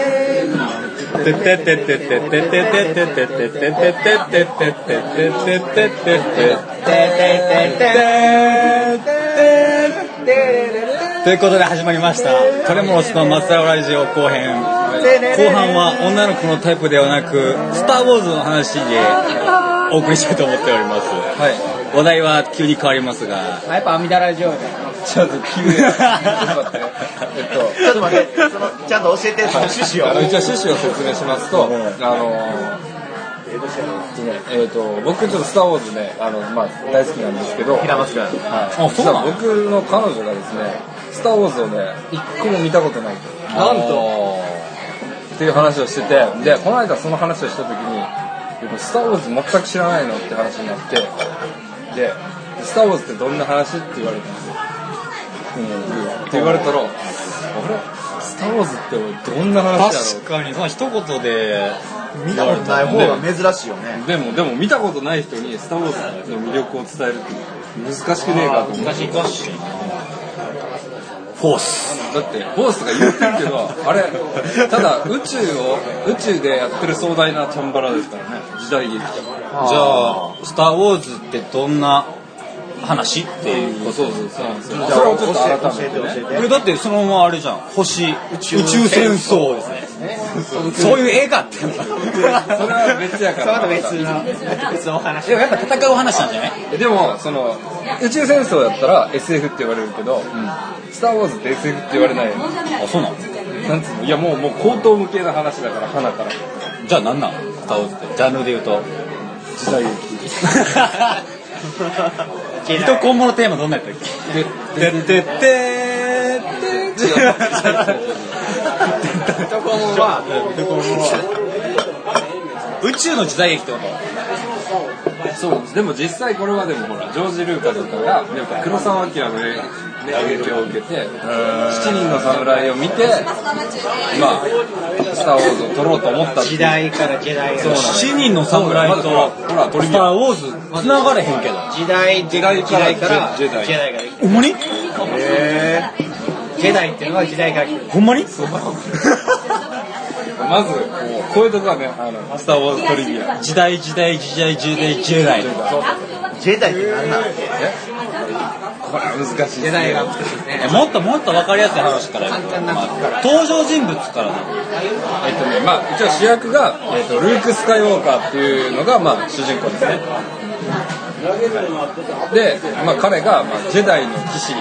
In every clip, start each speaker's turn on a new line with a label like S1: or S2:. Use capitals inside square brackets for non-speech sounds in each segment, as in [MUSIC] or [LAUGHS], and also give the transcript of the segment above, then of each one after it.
S1: てってってってってってってってってってってってってということで始まりました「トレモロスの松浦ラジオ」後編後半は女の子のタイプではなく「スター・ウォーズ」の話でお送りしたいと思っております、はい、話題は急に変わりますが
S2: あやっぱ網だら状態
S3: ちょっと急に。ちょっと待って。えっと、
S4: ちょっと待って、その、ちゃんと教えて、その趣旨
S3: あの
S4: を。
S3: 一応趣旨を説明しますと、あのえっと、僕ちょっと「スター・ウォーズね」あの、まあ、大好きなんですけど、
S4: 平松君。
S3: はい、
S1: そうなの
S3: 実は僕の彼女がですね「スター・ウォーズ」をね一個も見たことないと
S2: なん
S3: とっていう話をしててでこの間その話をした時に「僕スター・ウォーズ全く知らないの?」って話になってで「スター・ウォーズってどんな話?」って言われたんですよ、うん、って言われたら「あれスター・ウォーズってどんな話だろう?」
S1: 確かにその一言で
S4: 見たことない方が珍しいよね。
S3: でもでも見たことない人に「スター・ウォーズ」の魅力を伝えるって難しくねえかと思うだって
S1: フォース
S3: フォースが言ってるけどあれただ宇宙を宇宙でやってる壮大なチャンバラですからね時代劇と
S1: じゃあ「スター・ウォーズ」ってどんな話っていうこと
S3: そうそうなんですよ
S4: じ
S3: そ
S4: ゃあ
S3: れ
S4: 教
S3: をちょっ
S4: え
S3: と改めて
S4: て、教えて、教え
S1: これだってそのままあれじゃん星宇宙戦争ですねそういう映画っていうの
S3: それは別やか
S4: それ
S3: ら
S4: は別
S1: は別の話でもやっぱ戦う話なんじゃない
S3: でもその宇宙戦争やったら SF って言われるけど、スター・ウォーズって SF って言われない
S1: あそうなの
S3: なんつうのいやもうもう高等無形な話だから花から
S1: じゃあ何なのスター・ウォーズってジャンルで言う [LAUGHS] と
S3: 時代劇
S1: 人今後のテーマどんなやったっ
S3: [LAUGHS]
S1: けてって [LAUGHS] って
S4: て。このは、
S1: [LAUGHS] 宇宙の時代劇ってこと
S3: そうなんですでも実際これはでもほらジョージ・ルーカスとかがなんか黒沢明の影響を受けて七人の侍を見てまあスター・ウォーズを撮ろうと思ったってい
S2: 時
S3: う
S2: 代から時代へ
S3: そうなんです
S1: 七人の侍と
S3: ほらほらトリ
S1: ス
S3: ビ
S1: タ
S3: ア
S1: ー・ウォーズ繋がれへんけど
S2: 時代
S3: 時代
S2: 時代
S3: か
S2: からら
S3: ジ
S2: 時
S3: ェダイ
S2: 代から
S1: ほんまに
S2: ジェダイっていうのは時代から来る
S1: ほんまに
S3: まずこうこういうとこがねあのスター・ウォーズトリビア
S1: 時代時代時代時代時代
S4: ジェダイって何なの
S3: これは難しいですね
S2: 時代が難しいですね
S1: えもっともっと分かりやすい話から言うとまあ登場人物からの
S3: えっとねまあ一応主役が、えっと、ルーク・スカイウォーカーっていうのが、まあ、主人公ですねで、まあ、彼が、まあ、ジェダイの騎士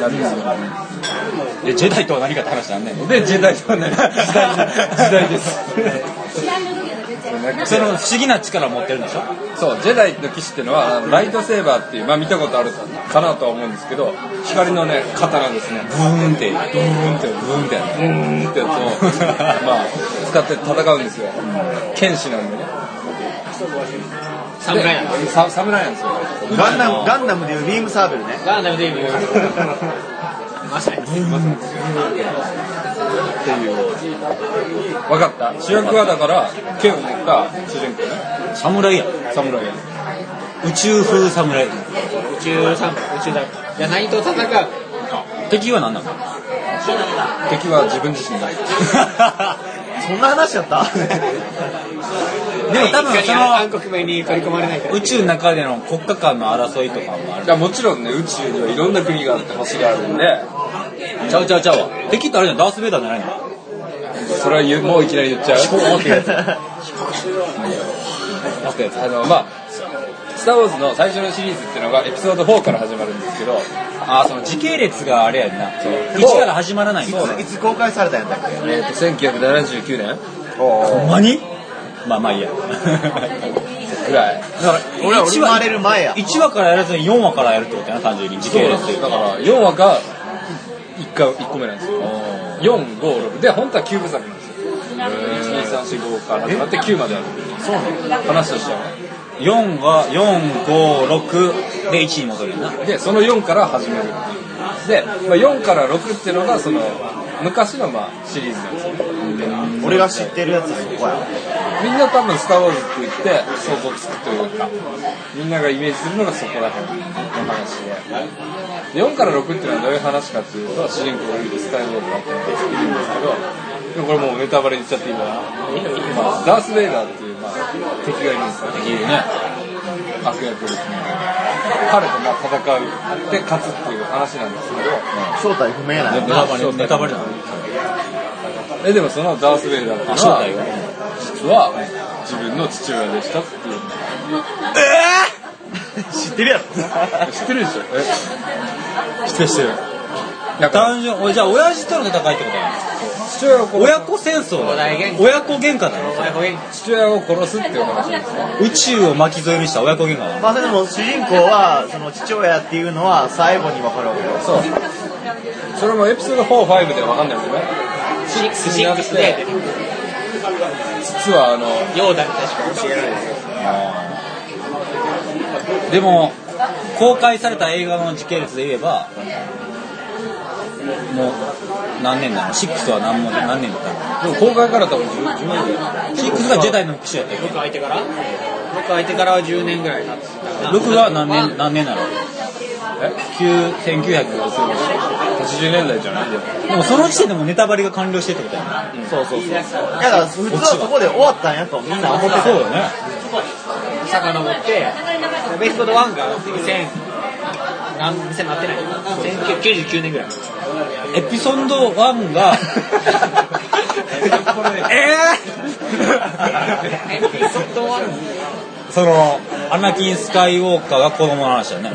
S3: なんですよ
S1: えジェダイとは何かって話なんねん
S3: で、ジェダイと
S2: [LAUGHS]
S3: は何か時代時代です。
S1: その不思議な力を持ってるんでしょ
S3: そう、ジェダイの騎士っていうのは、あのライトセーバーっていう、まあ見たことあるかなとは思うんですけど、光のね、刀ですね。
S1: ブーンってブーンってブーンって
S3: うーんってやつを、まあ、使って戦うんですよ。剣士なんでね。
S2: 侍なんだ
S3: でさ侍なんですよ。
S4: ガンダム、ガンダムでいうビームサーベルね。
S2: ガンダムデビューまさに
S3: っていう。わかった。主役はだから、剣を持った主人公ね。
S1: 侍やん
S3: 侍が。
S1: 宇宙風侍
S2: 宇宙三部宇宙だじゃあ何と戦う
S1: 敵は何
S3: [LAUGHS]
S1: なの
S3: 敵は自分自身だ。
S4: そんな話だった
S1: でも多分その
S2: 韓国名に取り込まれないから
S1: 宇宙の中での国家間の争いとかもある
S3: いやもちろんね、宇宙にはいろんな国があって星があるんで、
S1: ちゃうちゃうちゃうわ敵ってあれじゃんダース・ベイダーじゃないの
S3: それは言うもういきなり言っちゃ [LAUGHS] う。あのまあ「スター・ウォーズ」の最初のシリーズっていうのがエピソード4から始まるんですけど
S1: ああその時系列があれやんな1
S3: そう
S1: から始まらないんだ
S4: いつ公開されたんやったっ
S3: えっ、と1979年
S1: ほんまにまあまあ [LAUGHS] いいや
S3: ぐらい
S1: だから
S4: け俺は生まれる前や。
S1: 1話からやらずに4話からやるってことやな単純に時系列でいう
S3: だ
S1: と
S3: から4話が 1, 回1個目なんですよ456で本当は9部作なんですよ12345から始まって9まであるそうなの話としてはね
S1: 4が456で1に戻るよな
S3: でその4から始めるっていうで、まあ、4から6っていうのがその昔のまあシリーズなんですよ
S4: 俺が知ってるやつがここや。
S3: みんな多分「スター・ウォーズ」って言って想像つくというかみんながイメージするのがそこら辺の話で4から6っていうのはどういう話かっていうと主人公がいるスカイウォーカーっていうのがいるんですけどでもこれもうネタバレ言っちゃっていいかな、まあ、ダース・ベイダーっていう、まあ、敵がいるんですよ敵ね悪役ですね彼とまあ戦うで勝つっていう話なんですけど
S4: 正体不明な
S1: ネ
S4: の
S1: タバレネタバレなの
S3: えでもそのダース・ベイダーっていうの
S1: あ正体が
S3: は実は自分の父親でしたっていう
S4: 知って
S1: [LAUGHS]
S4: るやろ
S3: 知ってるでしょえ
S1: 否定してる
S3: だから
S1: 単純おじゃあ親父との戦いってことだね
S3: 父親を殺
S1: 親子戦争だね親子喧嘩だね
S2: 親子喧
S3: 父親を殺すっていう話なんですね
S1: 宇宙を巻き添えにした親子喧嘩だね
S4: まあでも主人公はその父親っていうのは最後に分かるわけよ
S3: そうそれもエピソード45では分かんないもんね
S2: 嘩シックスで
S3: 実はあの
S2: ヨーダみたいなしか教えられない
S1: でも公開された映画の時系列で言えばもう何年だろう6は何も何年だったの
S3: でも公開から多分10 10年ぐ
S1: 6
S3: らい
S1: がジェダイの復讐やったっ
S2: 僕相手から僕相手からは10年ぐらい経つ
S1: け6が何年何年だろう
S3: え
S1: 9 1950
S3: 80年代じゃないんだよ
S1: でもその時点でもうネタバレが完了してってことやね
S3: そうそうそう
S4: だから普通はそこで終わったんやとみんな思ってた
S1: そうよね
S2: 遡ってベースコード1が2000何2000なってない1999年ぐらい
S1: エピソード1が
S3: [LAUGHS] [LAUGHS]
S1: ええ
S2: エピソード1 [LAUGHS]
S1: そのアナキン・スカイウォーカーが子供の話だね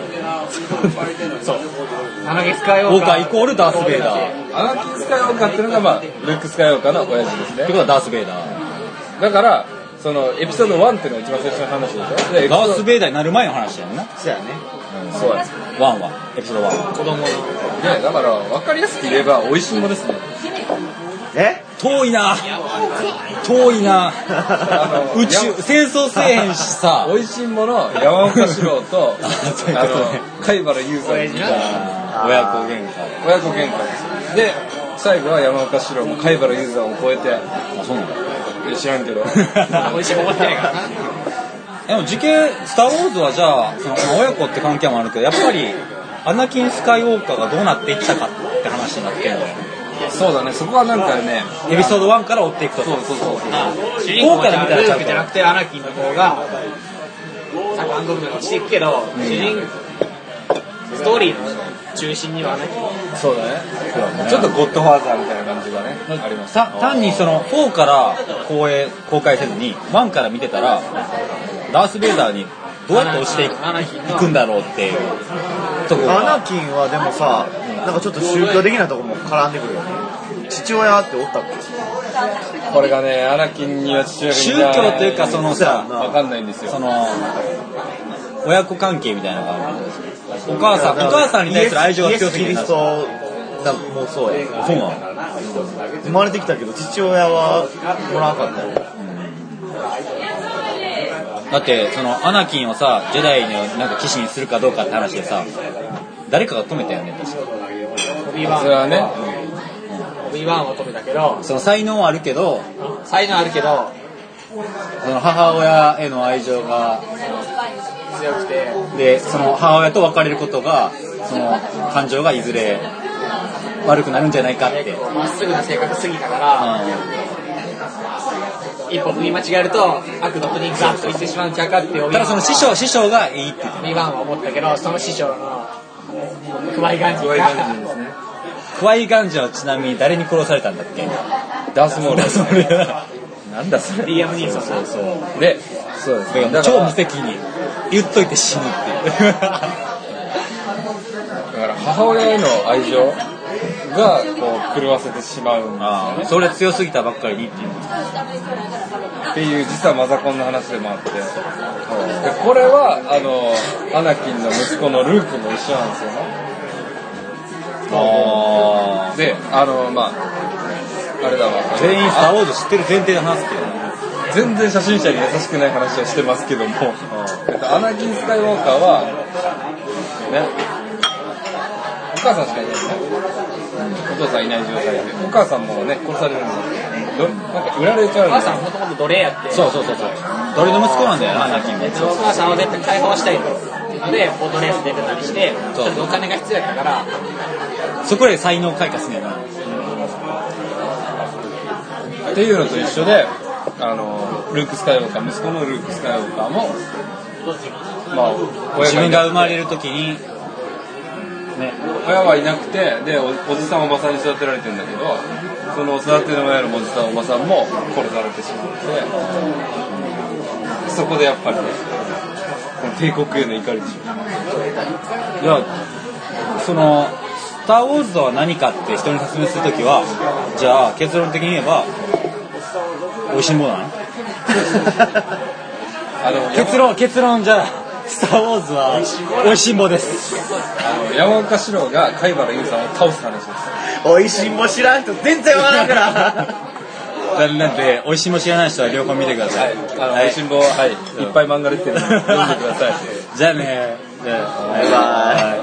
S2: アナゲスカイ
S1: ウォーカーイコールダース・ベイダーっ
S3: アナキン・スカイウォーカーっていうのが、まあ、ルック・スカイウォーカーの親父です
S1: てこ
S3: ね
S1: とはダース・ベイダー
S3: だからそのエピソード1っていうのが一番最初の話でしょでエピソ
S1: ダー
S3: ー
S1: ス・ベイダーになる前の話やんな
S4: そうやね
S3: ドそうなんです
S1: ワンはエピソード1
S2: 子供の
S3: ねだから分かりやすく言えば美味しいもですね
S4: え
S1: 遠いな遠いな
S3: あの
S1: 宇宙戦争せえへんしさ
S3: 美味しいもの山岡四郎と
S1: あそういう
S3: あ
S1: ことね
S3: の貝原雄三みたいな
S1: 親子喧嘩
S3: 親子喧嘩ですよで最後は山岡四郎も貝原雄三を超えて
S1: あそうなんだ
S3: いや知らんけ [LAUGHS] ど
S2: 美味しいもん持ってないからな
S1: でも時系「スター・ウォーズ」はじゃあその親子って関係もあるけどやっぱりアナキン・スカイウォーカーがどうなっていったかって話になってんの
S3: そうだねそこはなんかね
S1: エピソード1から追っていくと
S3: そうそうそう
S2: 主人公じゃルークじゃなくてアナキンの方がさっき暗黒面落ちていくけど、主人ストーリーの中心にはアナキン
S3: そうだねちょっとゴッドファーザーみたいな感じがねあります
S1: さ単にその4から公営公開せずに1から見てたらダース・ベイダーにどうやって押していく
S2: アナキン
S1: い
S2: の
S1: くんだろうっていうとこ
S4: ア
S1: が
S4: ナキンはでもさなんかちょっと宗教的なとこも絡んでくるよね父親っておったっけ
S3: これがねアナキンには父親が
S1: 宗
S3: いない
S1: 教というかそのさ
S3: わかんないんですよ
S1: その親子関係みたいなのがあるお母さんお母さんに対する愛情が強すぎ
S4: イエ
S1: る
S4: スキリス
S1: そう
S4: トだもうそうや
S1: なの
S4: 生まれてきたけど父親はもらわなかったよ
S1: だってそのアナキンをさジェダイのなんか騎士にするかどうかって話でさ誰かが止めたよね確か
S2: オビ
S3: それ
S2: ワン
S3: はね
S2: オビワンを止めたけど
S1: その才能はあるけど
S2: 才能あるけど
S1: その母親への愛情が
S2: 強くて
S1: でその母親と別れることがその感情がいずれ悪くなるんじゃないかって、
S2: 結構まっすぐな性格すぎたから、一歩踏み間違えると悪の国にガッと行ってしまうんちゃうかってオ
S1: うん、
S2: ビ
S1: た
S2: ワ
S1: だ
S2: ン
S1: その師匠師匠がいいって言って
S2: オビワンは思ったけどその師匠の不愛感じ
S3: 怖い感じ
S2: [LAUGHS] が
S3: ですね
S1: クワイガンジはちなみに誰に殺されたんだっけ
S3: ダースモール
S1: ダースモール
S3: なんだそれ
S2: リアム・ニーソンさん
S3: でそうですね
S1: だから
S3: だか
S1: 超
S3: ら
S1: 無責任言っといて死ぬっていう [LAUGHS]
S3: だから母親への愛情がこう狂わせてしまうん
S1: ああそれ強すぎたばっかりにっていう
S3: っていう実はマザコンの話でもあってでこれはあのアナキンの息子のルークも一緒なんですよね
S1: あ
S3: であのまああれだわ
S1: 全員「スター・ウォーズ」知ってる前提で話すけど
S3: 全然初心者に優しくない話をしてますけども、えっとアナキン・スカイウォーカーはねお母さんしかいないですね、お父さんいない状態でお母さんもね殺されるんですよどなんか売られちゃう
S2: お
S3: んで
S2: 母
S3: す
S2: さ
S3: よ
S2: んもともと奴隷やって
S1: そうそうそうそう誰の息子なんだよなアナキンが
S2: お母さんを絶対解放したいとので、ボートレース出てたりして、
S1: そう
S2: それでお金が必要やったから、
S1: そこらで才能開花すんねんな。
S3: っていうのと一緒で、あの、ルーク・スカイウォーカー、息子のルーク・スカイウォーカーも、まあ、
S1: 自分が生ま
S3: れ
S1: れるときに、
S3: 親はいなくて、でお、おじさんおばさんに育てられてるんだけど、その育ての親のおじさんおばさんも殺されてしまって、そこでやっぱりね、この帝国への怒りでしょ。
S1: いや、その、スター・ウォーズとは何かって人に説明するときは、じゃあ結論的に言えば、美味しんぼなん
S3: あの、
S1: 結論、結論じゃあ、スター・ウォーズは美味しんぼです。
S3: あの山岡四郎が貝原優さんを倒す話です。
S4: おいしんも知らん人全然わからんから。
S1: なんで、美味しんぼ知らない人は両方見てくださ。
S3: はいい、あの、おいしん
S1: [LAUGHS]
S3: ぼは、はい、いっぱい漫画出てるんで、読んでください。
S1: じゃあね。じゃあ
S4: バイバイ。